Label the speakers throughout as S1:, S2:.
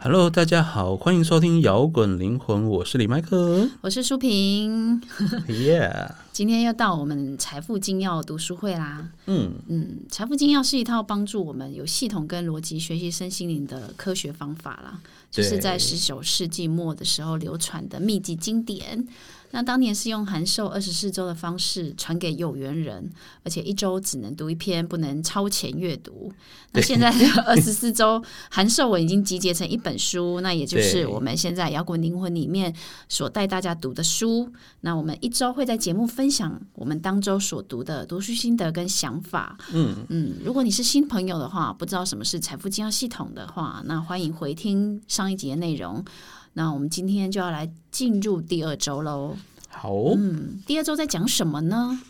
S1: Hello，大家好，欢迎收听摇滚灵魂，我是李麦克。
S2: 我是舒平，
S1: Yeah，
S2: 今天又到我们财富精要读书会啦。
S1: 嗯，
S2: 嗯，财富精要是一套帮助我们有系统跟逻辑学习身心灵的科学方法啦，就
S1: 对
S2: 是在十九世纪末的时候流传的秘籍经典。那当年是用函授二十四周的方式传给有缘人，而且一周只能读一篇，不能超前阅读。那现在的 二十四周函授文已经集结成一本书，那也就是
S1: 对
S2: 我们现在摇滚灵魂里面所带大家读的书。那我们一周会在节目分享我们当周所读的读书心得跟想法。嗯嗯，如果你是新朋友的话，不知道什么是财富经销系统的话，那欢迎回听上一集的内容。那我们今天就要来进入第二周喽。
S1: 好哦，
S2: 嗯，第二周在讲什么呢？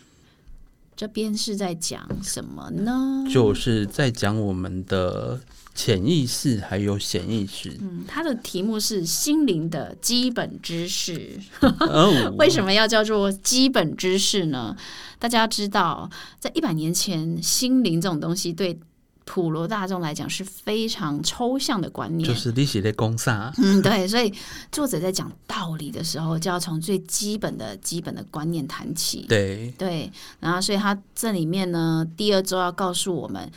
S2: 这边是在讲什么呢？
S1: 就是在讲我们的潜意识还有显意识。
S2: 嗯，它的题目是心灵的基本知识。
S1: 哦，
S2: 为什么要叫做基本知识呢？大家知道，在一百年前，心灵这种东西对普罗大众来讲是非常抽象的观念。
S1: 就是利息的攻杀。
S2: 嗯，对，所以作者在讲道理的时候，就要从最基本的基本的观念谈起。
S1: 对，
S2: 对，然后所以他这里面呢，第二周要告诉我们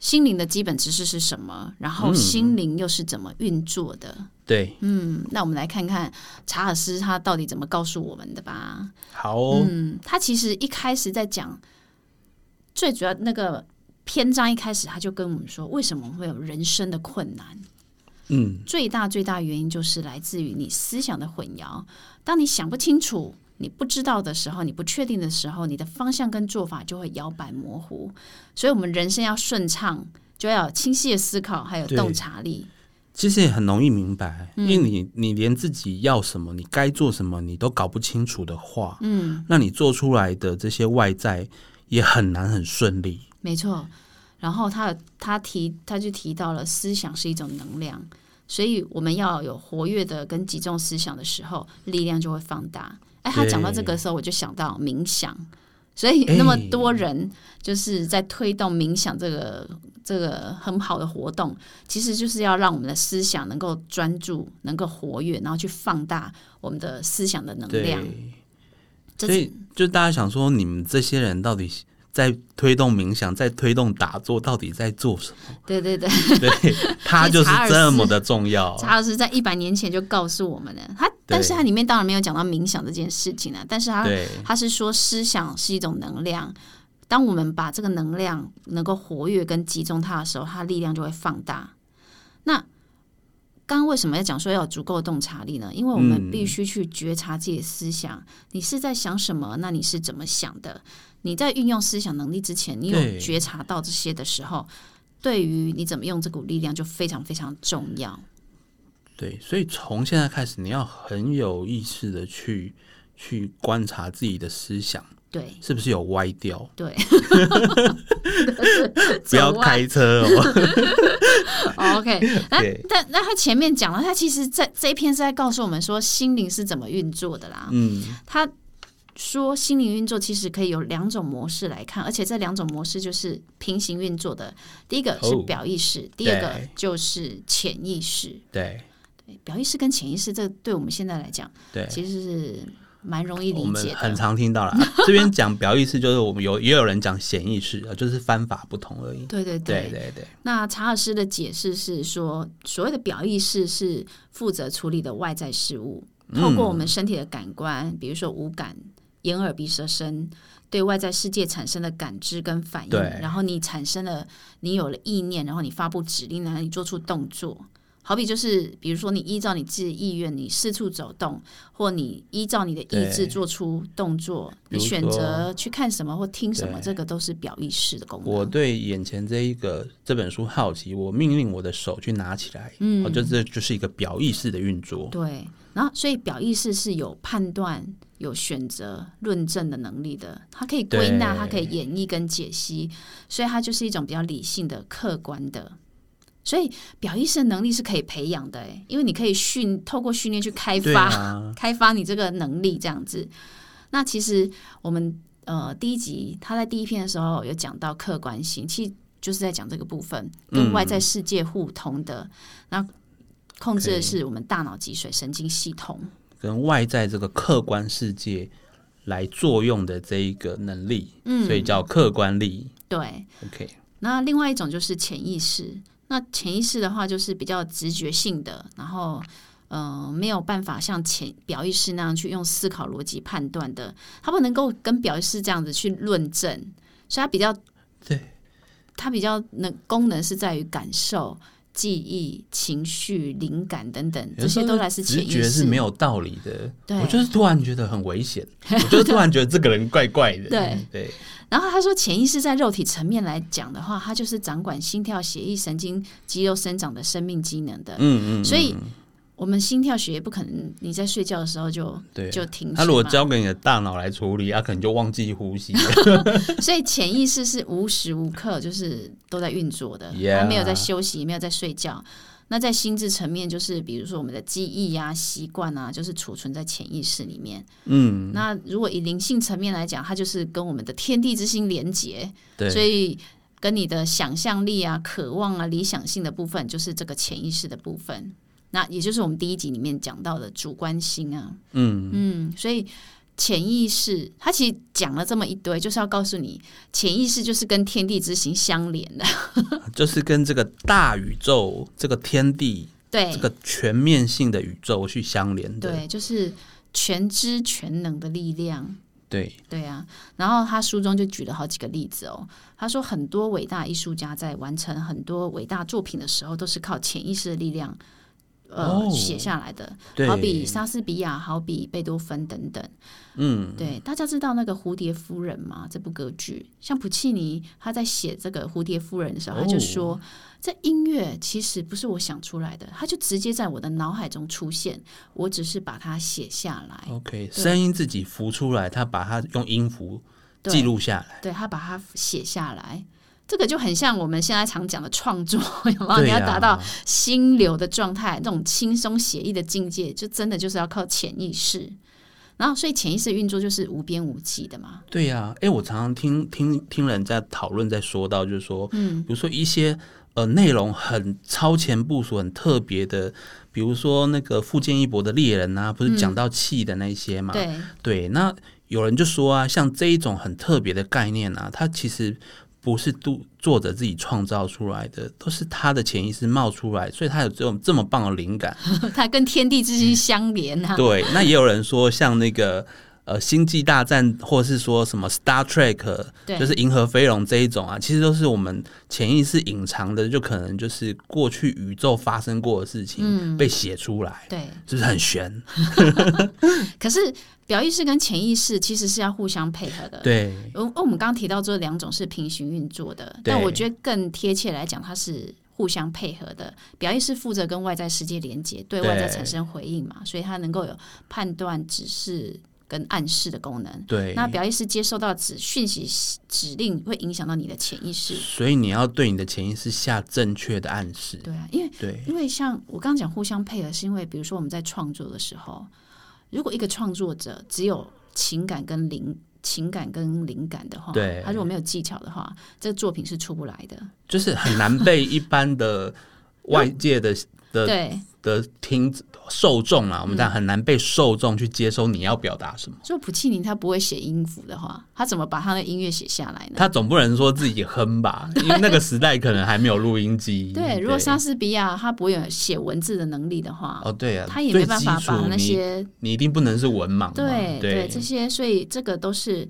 S2: 心灵的基本知识是什么，然后
S1: 嗯
S2: 心灵又是怎么运作的。
S1: 对，
S2: 嗯，那我们来看看查尔斯他到底怎么告诉我们的吧。
S1: 好哦，
S2: 嗯，他其实一开始在讲最主要那个篇章一开始他就跟我们说，为什么会有人生的困难。
S1: 嗯，
S2: 最大最大原因就是来自于你思想的混淆。当你想不清楚、你不知道的时候、你不确定的时候，你的方向跟做法就会摇摆模糊。所以，我们人生要顺畅，就要有清晰的思考，还有
S1: 对
S2: 洞察力。
S1: 其实也很容易明白，
S2: 嗯
S1: 因为你你连自己要什么，你该做什么，你都搞不清楚的话，嗯，那你做出来的这些外在也很难很顺利。
S2: 没错。然后他他提他就提到了思想是一种能量，所以我们要有活跃的跟集中思想的时候，力量就会放大。哎，他
S1: 对
S2: 讲到这个时候，我就想到冥想，所以
S1: 哎
S2: 那么多人就是在推动冥想这个这个很好的活动，其实就是要让我们的思想能够专注，能够活跃，然后去放大我们的思想的能量。
S1: 对。
S2: 这
S1: 所以就大家想说，你们这些人到底在推动冥想，在推动打坐，到底在做 什么？
S2: 对对对，
S1: 对，它就是这么的重要。
S2: 查尔斯在一百年前就告诉我们了，他但是他里面当然没有讲到冥想这件事情啊，但是他
S1: 对
S2: 他是说思想是一种能量，当我们把这个能量能够活跃跟集中它的时候，它力量就会放大。那刚刚为什么要讲说要有足够的洞察力呢？因为我们
S1: 嗯
S2: 必须去觉察自己的思想，你是在想什么？那你是怎么想的？你在运用思想能力之前，你
S1: 对
S2: 有觉察到这些的时候，对于你怎么用这股力量就非常非常重要。
S1: 对，所以从现在开始，你要很有意识的去去观察自己的思想
S2: 对
S1: 是不是有歪掉，
S2: 对，
S1: 不要
S2: 走歪
S1: 开车哦。
S2: 哦 OK，那
S1: 对
S2: 但那他前面讲了，他其实在这一篇是在告诉我们说心灵是怎么运作的啦。
S1: 嗯，
S2: 他说心灵运作其实可以有两种模式来看，而且这两种模式就是平行运作的。第一个是
S1: 哦
S2: 表意识，第二个
S1: 对
S2: 就是潜意识。
S1: 对
S2: 对表意识跟潜意识，这对我们现在来讲
S1: 对。
S2: 其实是蛮容易
S1: 我
S2: 理
S1: 们
S2: 解
S1: 很
S2: 的。
S1: 常听到啦， 这边讲表意识就是我们有也有人讲显意识，呃就是方法不同而已。
S2: 对对
S1: 对对对，
S2: 那查尔斯的解释是说，所谓的表意识是负责处理的外在事物，透过
S1: 嗯
S2: 我们身体的感官，比如说五感、眼、耳、鼻、舌、身，对外在世界产生的感知跟反应
S1: 对，
S2: 然后你产生了，你有了意念，然后你发布指令，然后你做出动作。好比就是，比如说你依照你自己的意愿，你四处走动，或你依照你的
S1: 对
S2: 意志做出动作，
S1: 比
S2: 你
S1: 如说
S2: 选择去看什么或听什么，
S1: 对
S2: 这个都是表意识的功能。
S1: 我对眼前这一个这本书好奇，我命令我的手去拿起来，嗯，就这就是一个表意识的运作，
S2: 对，然后所以表意识是有判断、有选择、论证的能力的，它可以归纳，
S1: 对
S2: 它可以演绎跟解析，所以它就是一种比较理性的、客观的。所以表意识的能力是可以培养的，诶因为你可以训透过训练去开
S1: 对
S2: 发、
S1: 啊，
S2: 开发你这个能力这样子。那其实我们呃第一集他在第一篇的时候有讲到客观性，其实就是在讲这个部分跟外在世界互通的。那控制的是我们大脑脊髓神经系统。
S1: 跟外在这个客观世界来作用的这一个能力，嗯，所以叫客观力。
S2: 对，
S1: OK，
S2: 那另外一种就是潜意识。那潜意识的话，就是比较直觉性的，然后呃，没有办法像潜表意识那样去用思考逻辑判断的，它不能够跟表意识这样子去论证，所以它比较
S1: 对，
S2: 它比较能功能是在于感受、记忆、情绪、灵感等等，这些都来自
S1: 直
S2: 潜意
S1: 觉
S2: 识。
S1: 是没有道理的。
S2: 对
S1: 我就是突然觉得很危 险，我就是突然觉得这个人怪怪的。
S2: 对
S1: 对，
S2: 然后他说，潜意识在肉体层面来讲的话，它就是掌管心跳、血液、神经、肌肉生长的生命机能的。
S1: 嗯嗯，
S2: 所以，我们心跳血液不可能你在睡觉的时候就
S1: 对。啊
S2: 就停
S1: 他
S2: 止
S1: 如果
S2: 嘛。
S1: 交给你的大脑来处理，他、可能就忘记呼吸了。
S2: 所以潜意识是无时无刻就是都在运作的，
S1: Yeah
S2: 它没有在休息，也没有在睡觉。那在心智层面，就是比如说我们的记忆啊、习惯啊，就是储存在潜意识里面。
S1: 嗯，
S2: 那如果以灵性层面来讲，它就是跟我们的天地之心连结，
S1: 对，
S2: 所以跟你的想象力啊、渴望啊、理想性的部分，就是这个潜意识的部分。那也就是我们第一集里面讲到的主观心啊，嗯嗯，所以潜意识它其实讲了这么一堆，就是要告诉你，潜意识就是跟天地之行相连的，
S1: 就是跟这个大宇宙、这个天地、
S2: 对
S1: 这个全面性的宇宙去相连的。
S2: 对，就是全知全能的力量，
S1: 对，
S2: 对啊，然后他书中就举了好几个例子哦。他说，很多伟大艺术家在完成很多伟大作品的时候，都是靠潜意识的力量，呃，
S1: 哦
S2: 写下来的。
S1: 对
S2: 好比莎士比亚，好比贝多芬等等。
S1: 嗯，
S2: 对，大家知道那个《蝴蝶夫人》吗？这部歌剧，像普契尼他在写这个《蝴蝶夫人》的时候，
S1: 哦
S2: 他就说，这音乐其实不是我想出来的，它就直接在我的脑海中出现，我只是把它写下来。
S1: OK，声音自己浮出来，他把它用音符
S2: 对
S1: 记录下来。
S2: 对他把它写下来，这个就很像我们现在常讲的创作， 有没有？
S1: 对
S2: 你要
S1: 呀
S2: 达到心流的状态，那种轻松写意的境界，就真的就是要靠潜意识。然后，所以潜意识运作就是无边无际的嘛。
S1: 对呀、诶，我常常听听听人在讨论，在说到就是说，嗯，比如说一些呃内容很超前部署、很特别的，比如说那个富坚义博的猎人啊，不是讲到气的那一些嘛、
S2: 对，
S1: 对，那有人就说啊，像这一种很特别的概念啊，它其实不是作作者自己创造出来的，都是他的潜意识冒出来，所以他有这种这么棒的灵 感。
S2: 它跟天地之
S1: 嗯
S2: 心相连啊呐、
S1: 对，那也有人说像那个呃《星际大战》，或是说什么《Star Trek》，
S2: 对
S1: 就是《银河飞龙》这一种啊，其实都是我们潜意识隐藏的，就可能就是过去宇宙发生过的事情、
S2: 嗯
S1: 被写出来，
S2: 对，
S1: 是不是很悬？
S2: 可是表意识跟潜意识其实是要互相配合的。
S1: 对，
S2: 我哦我们刚刚提到这两种是平行运作的，
S1: 对
S2: 但我觉得更贴切来讲，它是互相配合的。表意识负责跟外在世界连接，对
S1: 对
S2: 外在产生回应嘛，所以它能够有判断、指示跟暗示的功能。
S1: 对。
S2: 那表意识接收到指讯息、指令，会影响到你的潜意识。
S1: 所以你要对你的潜意识下正确的暗示。
S2: 对啊，因为
S1: 对，
S2: 因为像我刚刚讲互相配合，是因为比如说我们在创作的时候，如果一个创作者只有情感跟灵。情感跟灵感的话，
S1: 对
S2: 他如果没有技巧的话，这个作品是出不来的。
S1: 就是很难被一般的外界的的
S2: 对，
S1: 的听受众啊，我
S2: 嗯
S1: 们讲很难被受众去接收你要表达什么。
S2: 所以普契尼他不会写音符的话，他怎么把他的音乐写下来呢？
S1: 他总不能说自己哼吧，因为那个时代可能还没有录音机。
S2: 对，如果莎士比亚他不会有写文字的能力的话，
S1: 哦，对啊，
S2: 他也
S1: 最
S2: 没办法
S1: 基础
S2: 把那
S1: 你
S2: 些
S1: 你一定不能是文盲嘛。
S2: 对
S1: 对
S2: 这些，所以这个都是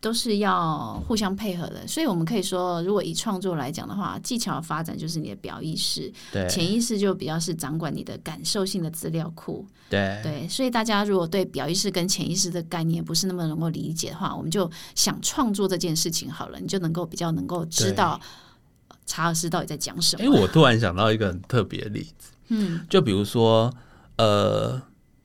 S2: 都是要互相配合的。所以我们可以说，如果以创作来讲的话，技巧的发展就是你的表意识，
S1: 对
S2: 潜意识就比较是掌管你的感受性的资料库。
S1: 对
S2: 对，所以大家如果对表意识跟潜意识的概念不是那么能够理解的话，我们就想创作这件事情好了，你就能够比较能够知道呃查尔斯到底在讲什
S1: 哎、
S2: 么。
S1: 我突然想到一个很特别的例子，嗯，就比如说，呃，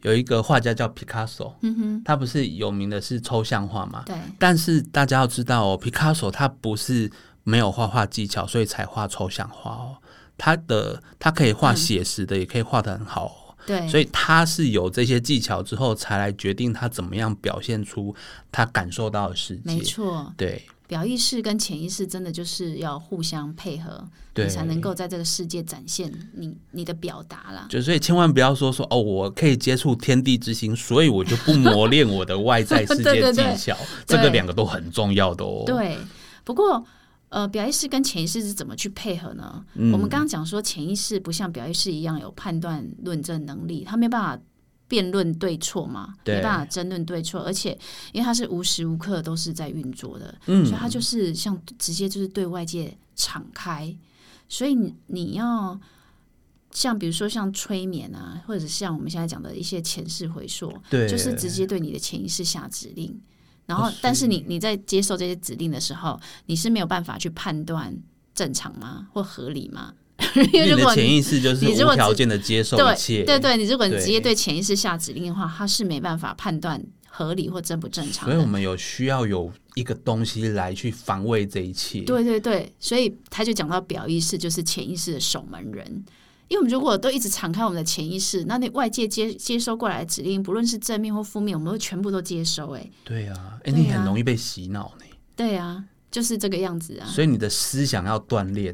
S1: 有一个画家叫皮卡索，嗯哼，他不是有名的是抽象画嘛，
S2: 对
S1: 但是大家要知道哦，皮卡索他不是没有画画技巧，所以才画抽象画哦，他的他可以画写实的，也可以画的很好哦。
S2: 嗯对，
S1: 所以他是有这些技巧之后，才来决定他怎么样表现出他感受到的世
S2: 没
S1: 界。
S2: 错。
S1: 对，
S2: 表意识跟潜意识真的就是要互相配合，
S1: 对
S2: 你才能够在这个世界展现你你的表达啦。
S1: 就所以千万不要说说哦，我可以接触天地之心，所以我就不磨练我的外在世
S2: 对
S1: 界
S2: 对
S1: 技
S2: 对
S1: 巧。这
S2: 对
S1: 个两个都很重要的哦。
S2: 对，不过呃，表意识跟潜意识是怎么去配合呢？我
S1: 嗯
S2: 们刚刚讲说，潜意识不像表意识一样有判断论证能力，它没办法。辩论对错嘛，
S1: 对
S2: 没办法争论对错，而且因为它是无时无刻都是在运作的，
S1: 嗯
S2: 所以它就是像直接就是对外界敞开，所以你你要像比如说像催眠啊，或者像我们现在讲的一些前世回溯，
S1: 对，啊
S2: 就是直接对你的潜意识下指令。然后
S1: 是，
S2: 但是你你在接受这些指令的时候，你是没有办法去判断正常吗或合理吗？ 因为
S1: 你
S2: 如
S1: 的
S2: 果
S1: 潜
S2: 你
S1: 意识就是
S2: 你如果
S1: 无条件的接受一切，
S2: 对对对，你如果你
S1: 对
S2: 直接对潜意识下指令的话，它是没办法判断合理或正不正常
S1: 所以我
S2: 的。
S1: 们有需要有一个东西来去防卫这一切。
S2: 对对对，所以他就讲到表意识就是潜意识的守门人。因为我们如果都一直敞开我们的潜意识，那那外界接接收过来的指令，不论是正面或负面，我们会全部都接收、欸。
S1: 对啊，哎、
S2: 对啊
S1: 你很容易被洗脑呢。
S2: 对啊，就是这个样子啊。
S1: 所以你的思想要锻炼，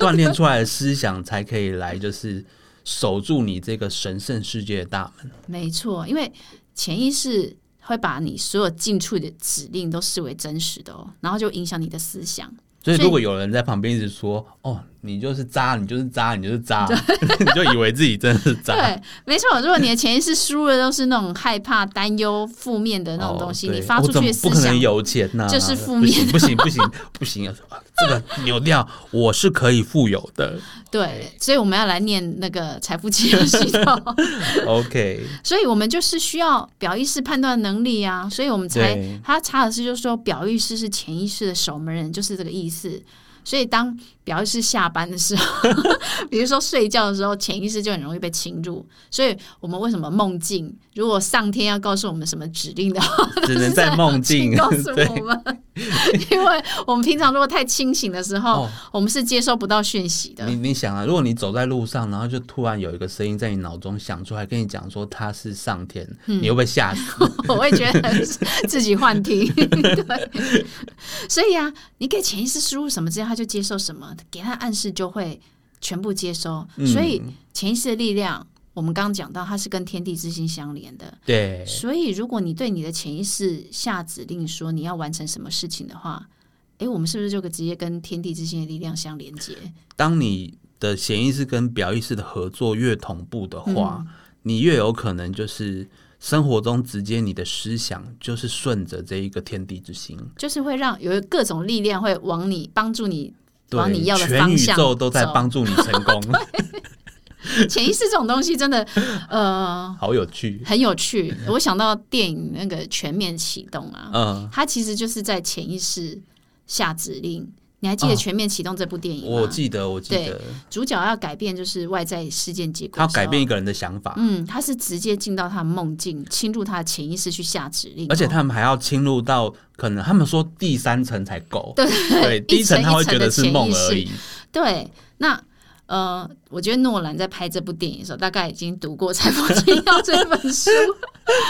S1: 锻炼出来的思想才可以来，就是守住你这个神圣世界的大门。
S2: 没错，因为潜意识会把你所有进出的指令都视为真实的哦，然后就影响你的思想。
S1: 所以
S2: 所以
S1: 如果有人在旁边一直说：“哦，你就是渣，你就是渣，你就是 渣”，你就以为自己真的是渣。哦
S2: 对，没错。如果你的潜意识输入的都是那种害怕、担忧、负面的那种东西，
S1: 哦对
S2: 你发
S1: 我
S2: 出
S1: 怎
S2: 去
S1: 么
S2: 的
S1: 不
S2: 思
S1: 可能
S2: 想，
S1: 有钱呐、
S2: 就是负面
S1: 不行不行不行不行，啊这个扭掉，我是可以富有的。
S2: 对，所以我们要来念那个财富启动系统。
S1: OK，
S2: 所以我们就是需要表意识判断能力啊，所以我们才
S1: 对
S2: 他查尔斯就说表意识是潜意识的守门人，就是这个意思。所以当表意识下班的时候， 比如说睡觉的时候，潜意识就很容易被侵入。所以我们为什么梦境？如果上天要告诉我们什么指令的话，
S1: 只 能在梦境
S2: 告 诉
S1: 对
S2: 我们，因为我们平常如果太清醒的时候，
S1: 哦
S2: 我们是接收不到讯息的。
S1: 你你想啊，如果你走在路上，然后就突然有一个声音在你脑中响出来，跟你讲说他是上天，
S2: 嗯
S1: 你会不会吓死？
S2: 我会觉得自己幻听。 对，所以啊，你给潜意识输入什么资料，他就接受什么，给他暗示就会全部接收。
S1: 嗯
S2: 所以潜意识的力量，我们刚刚讲到，它是跟天地之心相连的。
S1: 对，
S2: 所以，如果你对你的潜意识下指令说你要完成什么事情的话，诶，我们是不是就直接跟天地之心的力量相连接？
S1: 当你的潜意识跟表意识的合作越同步的话，
S2: 嗯
S1: 你越有可能就是生活中直接你的思想就是顺着这一个天地之心，
S2: 就是会让有各种力量会往你帮助你
S1: 对
S2: 往你要，的
S1: 全
S2: 方
S1: 宇
S2: 向
S1: 宙都在
S2: 走
S1: 帮助你成功，
S2: 潜意识这种东西，真的，呃，
S1: 好有趣。
S2: 很有趣。我想到电影那个《全面启动》啊，
S1: 嗯，
S2: 它其实就是在潜意识下指令。你还记得
S1: 哦
S2: 《全面启动》这部电影吗？
S1: 我记得，我记得，
S2: 主角要改变就是外在事件结果，
S1: 他要改变。一个人的想法，
S2: 嗯，他是直接进到他的梦境，侵入他的潜意识去下指令哦，
S1: 而且他们还要侵入到可能他们说第三层才够，
S2: 对
S1: 对，第
S2: 一层
S1: 层他会
S2: 一层
S1: 觉得
S2: 的
S1: 是
S2: 潜
S1: 梦
S2: 意
S1: 而
S2: 识
S1: 已，
S2: 对，那呃，我觉得诺兰在拍这部电影的时候，大概已经读过《财富精要》这本书。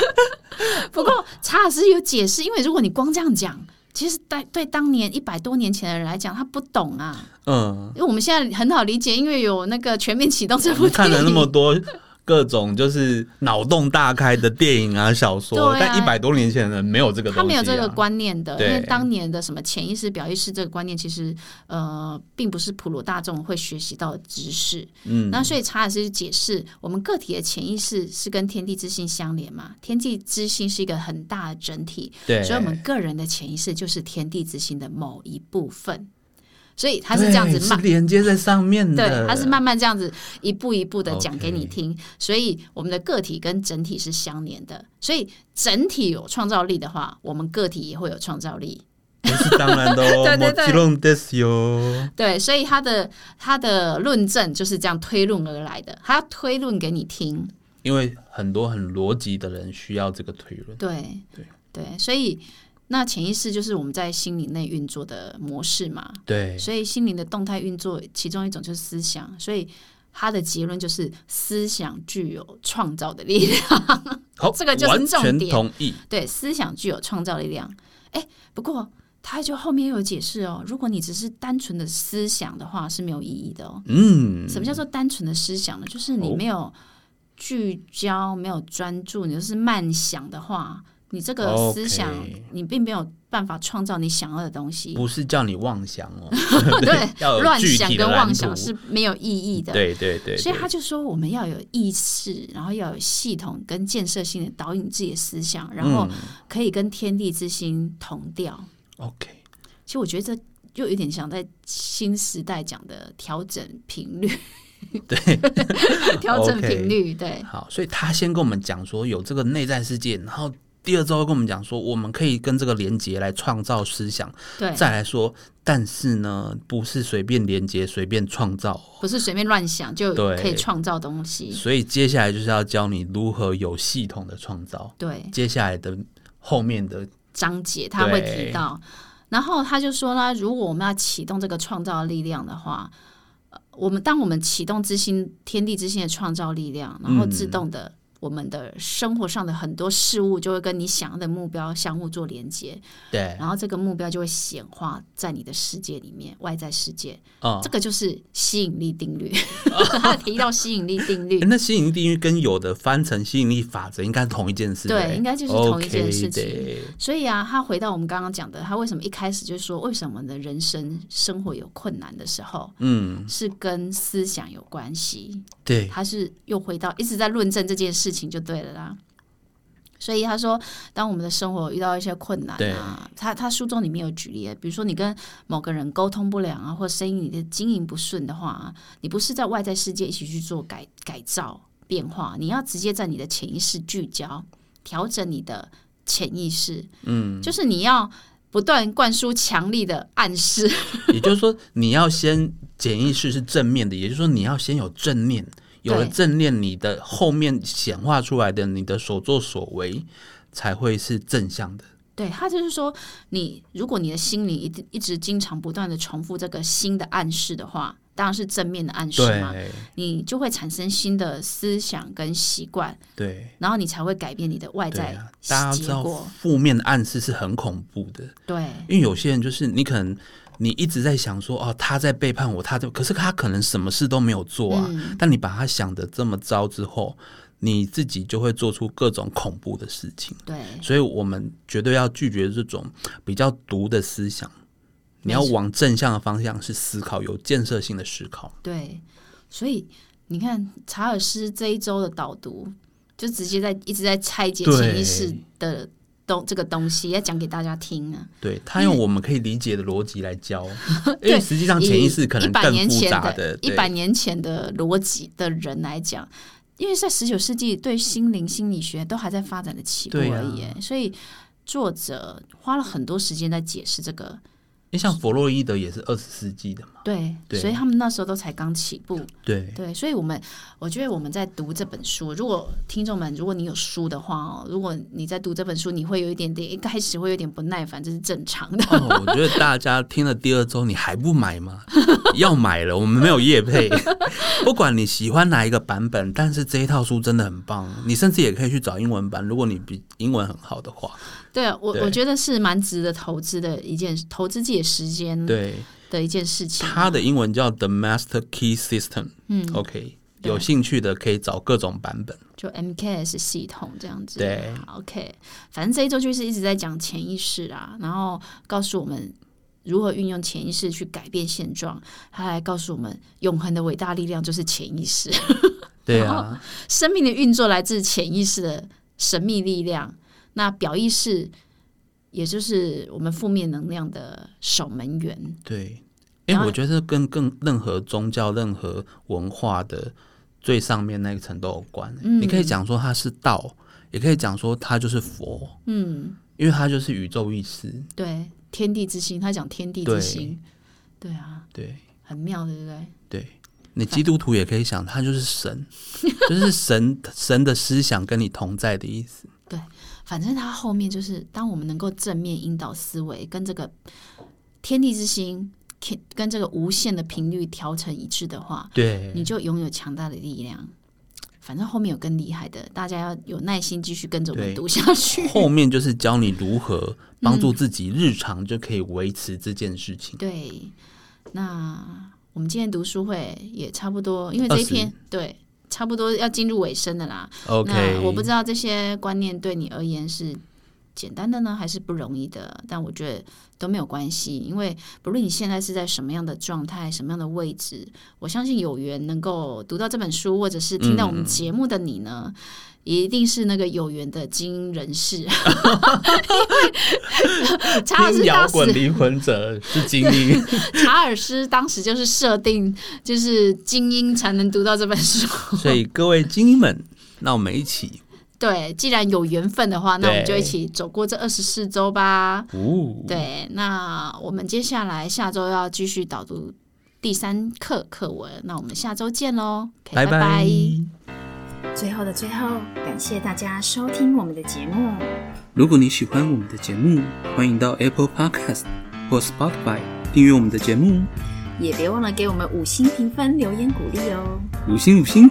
S2: 不过查尔斯有解释，因为如果你光这样讲，其实对对当年一百多年前的人来讲，他不懂啊。
S1: 嗯，
S2: 因为我们现在很好理解，因为有那个《全面启动》这
S1: 我
S2: 部
S1: 们看
S2: 电
S1: 了那么
S2: 影。
S1: 多各种就是脑洞大开的电影啊、小说，
S2: 对啊
S1: 但一百多年前的人没有这个东西、啊，
S2: 他没有这个观念的，因为
S1: 对
S2: 当年的什么潜意识、表意识这个观念，其实呃，并不是普罗大众会学习到的知识。
S1: 嗯，
S2: 那所以查尔斯就解释，我们个体的潜意识是跟天地之心相连嘛，天地之心是一个很大的整体，
S1: 对，
S2: 所以我们个人的潜意识就是天地之心的某一部分，所以他是这样子
S1: 对是
S2: 慢。
S1: 连接在上面的，
S2: 对，他是慢慢这样子一步一步的讲
S1: OK
S2: 给你听所以我们的个体跟整体是相连的，所以整体有创造力的话，我们个体也会有创造力。
S1: 不是当然的哦，
S2: 对对对
S1: もちろんですよ。
S2: 对，所以他的他的论证就是这样推论而来的，他要推论给你听。
S1: 因为很多很逻辑的人需要这个推论，
S2: 对
S1: 对
S2: 对，所以那潜意识就是我们在心灵内运作的模式嘛。
S1: 对，
S2: 所以心灵的动态运作，其中一种就是思想，所以它的结论就是思想具有创造的力量。
S1: 好，
S2: 这个就是
S1: 完
S2: 重
S1: 全
S2: 点
S1: 同意。
S2: 对，思想具有创造力量。哎，不过他就后面又有解释哦，如果你只是单纯的思想的话是没有意义的哦。
S1: 嗯，
S2: 什么叫做单纯的思想呢？就是你
S1: 哦
S2: 没有聚焦、没有专注，你就是慢想的话，你这个思想
S1: OK
S2: 你并没有办法创造你想要的东西。
S1: 不是叫你妄想 哦，
S2: 对，
S1: 要有
S2: 乱
S1: 呃具
S2: 想
S1: 体的
S2: 跟
S1: 蓝
S2: 妄想
S1: 图
S2: 是没有意义的。
S1: 对对对，
S2: 所以
S1: 对
S2: 他就说，我们要有意识，然后要有系统跟建设性的导引自己的思想，然后
S1: 嗯
S2: 可以跟天地之心同调。
S1: OK，
S2: 其实我觉得这就有点像在新时代讲的调整频率，对，调整频率，对，
S1: 好，所以他先跟我们讲说有这个内在世界，然后第二周跟我们讲说我们可以跟这个连接来创造思想，
S2: 对，
S1: 再来说，但是呢，不是随便连接随便创造哦，
S2: 不是随便乱想就
S1: 对
S2: 可以创造东西，
S1: 所以接下来就是要教你如何有系统的创造，
S2: 对，
S1: 接下来的后面的
S2: 章节他会提到，然后他就说呢，如果我们要启动这个创造力量的话。呃我们当我们启动之心、天地之心的创造力量，然后自动的，我们的生活上的很多事物就会跟你想要的目标相互做连接。
S1: 对，
S2: 然后这个目标就会显化在你的世界里面，外在世界，
S1: 嗯
S2: 这。个就是吸引力定律。他提到吸引力定律
S1: 诶，那吸引力定律跟有的翻成吸引力法则应该是同一件事，
S2: 对
S1: 诶
S2: 应该就是同一件事
S1: OK
S2: 情
S1: 的
S2: 所以啊，他回到我们刚刚讲的，他为什么一开始就说，为什么呢？人生生活有困难的时候，
S1: 嗯，
S2: 是跟思想有关系。
S1: 对，
S2: 他是又回到一直在论证这件事情就对了啦。所以他说，当我们的生活遇到一些困难
S1: 对
S2: 啊，他他书中里面有举例，比如说你跟某个人沟通不良啊，或生意你的经营不顺的话啊，你不是在外在世界一起去做改改造变化，你要直接在你的潜意识聚焦，调整你的潜意识，嗯，就是你要不断灌输强力的暗示，
S1: 也就是说，你要先潜意识是正面的，也就是说，你要先有正念，有了
S2: 对
S1: 正念，你的后面显化出来的你的所作所为才会是正向的。
S2: 对他就是说，你如果你的心里一直一直经常不断的重复这个新的暗示的话，当然是正面的暗示嘛，
S1: 对
S2: 你就会产生新的思想跟习惯，
S1: 对
S2: 然后你才会改变你的外
S1: 对
S2: 在
S1: 啊！大家知
S2: 结
S1: 道，
S2: 果。
S1: 负面的暗示是很恐怖的，
S2: 对
S1: 因为有些人就是你可能你一直在想说哦，他在背叛我，他在，可是他可能什么事都没有做啊。
S2: 嗯
S1: 但你把他想的这么糟之后，你自己就会做出各种恐怖的事情。
S2: 对
S1: 所以我们绝对要拒绝这种比较毒的思想。你要往正向的方向是思考，有建设性的思考。
S2: 对，所以你看查尔斯这一周的导读，就直接在一直在拆解
S1: 对
S2: 潜意识的东这个东西，要讲给大家听啊。
S1: 对他用我们可以理解的逻辑来教，因为实际上
S2: 以
S1: 潜意识可能
S2: 嗯一百
S1: 更
S2: 年
S1: 复
S2: 前
S1: 杂
S2: 的，一
S1: 对
S2: 百年前的逻辑的人来讲，因为在十九世纪，对心灵心理学都还在发展的起步
S1: 对啊
S2: 而已，所以作者花了很多时间在解释这个。
S1: 因为像弗洛伊德也是二十世纪的嘛。
S2: 对，
S1: 对
S2: 所以他们那时候都才刚起步。
S1: 对，
S2: 对，所以我们我觉得我们在读这本书，如果听众们，如果你有书的话哦，如果你在读这本书，你会有一点点一开始会有点不耐烦，这是正常的。
S1: 哦，我觉得大家听了第二周，你还不买吗？ 要买了，我们没有业配。 不管你喜欢哪一个版本，但是这一套书真的很棒，你甚至也可以去找英文版，如果你比英文很好的话。
S2: 对啊，我
S1: 对
S2: 我觉得是蛮值得投资的一件，投资自己的时间
S1: 对，
S2: 的一件事情。
S1: 它的英文叫 The Master Key System。嗯，OK，
S2: 对
S1: 有兴趣的可以找各种版本。
S2: 就 MKS 系统这样子。
S1: 对
S2: 好，OK，反正这一周就是一直在讲潜意识啊，然后告诉我们如何运用潜意识去改变现状，他还告诉我们永恒的伟大力量就是潜意识，
S1: 对啊，
S2: 生命的运作来自潜意识的神秘力量。那表意识。也就是我们负面能量的守门员，
S1: 对。因
S2: 然后
S1: 为我觉得这跟跟任何宗教、任何文化的最上面那一层都有关。
S2: 嗯
S1: 你可以讲说它是道，也可以讲说它就是佛，
S2: 嗯，
S1: 因为它就是宇宙意识。
S2: 对，天地之心，他讲天地之
S1: 对
S2: 心，对啊，
S1: 对
S2: 很妙，对不对？
S1: 对，你基督徒也可以想，它就是 神，就是神神的思想跟你同在的意思。
S2: 反正它后面就是，当我们能够正面引导思维，跟这个天地之心，天跟
S1: 嗯
S2: 这个无限的频率调成一致的话，
S1: 对
S2: 你就拥有强大的力量。反正后面有更厉害的，大家要有耐心继续跟着我们
S1: 对
S2: 读下去。
S1: 后面就是教你如何帮助自己日常就可以维持这件事情。
S2: 对，那我们今天读书会也差不多，因为这一
S1: 20
S2: 篇对差不多要进入尾声的啦。那
S1: OK，
S2: 我不知道这些观念对你而言是简单的呢，还是不容易的？但我觉得都没有关系，因为不论你现在是在什么样的状态、什么样的位置，我相信有缘能够读到这本书，或者是听到我们节目的你呢。一定是那个有缘的精英人 士，查尔
S1: 听
S2: 斯
S1: 摇
S2: 当时
S1: 滚灵魂者是精英，
S2: 查尔斯当时就是设定，就是精英才能读到这本书。
S1: 所以各位精英们，那我们一起
S2: 对，既然有缘分的话，那我们就
S1: 对
S2: 一起走过这二十四周吧。
S1: 哦，
S2: 对，那我们接下来下周要继续导读第三课课文，那我们下周见喽，OK，
S1: 拜
S2: 拜拜
S3: 最后的最后，感谢大家收听我们的节目。
S1: 如果你喜欢我们的节目，欢迎到 Apple Podcast 或 Spotify 订阅我们的节目，
S3: 也别忘了给我们五星评分、留言鼓励哦。
S1: 五星五星，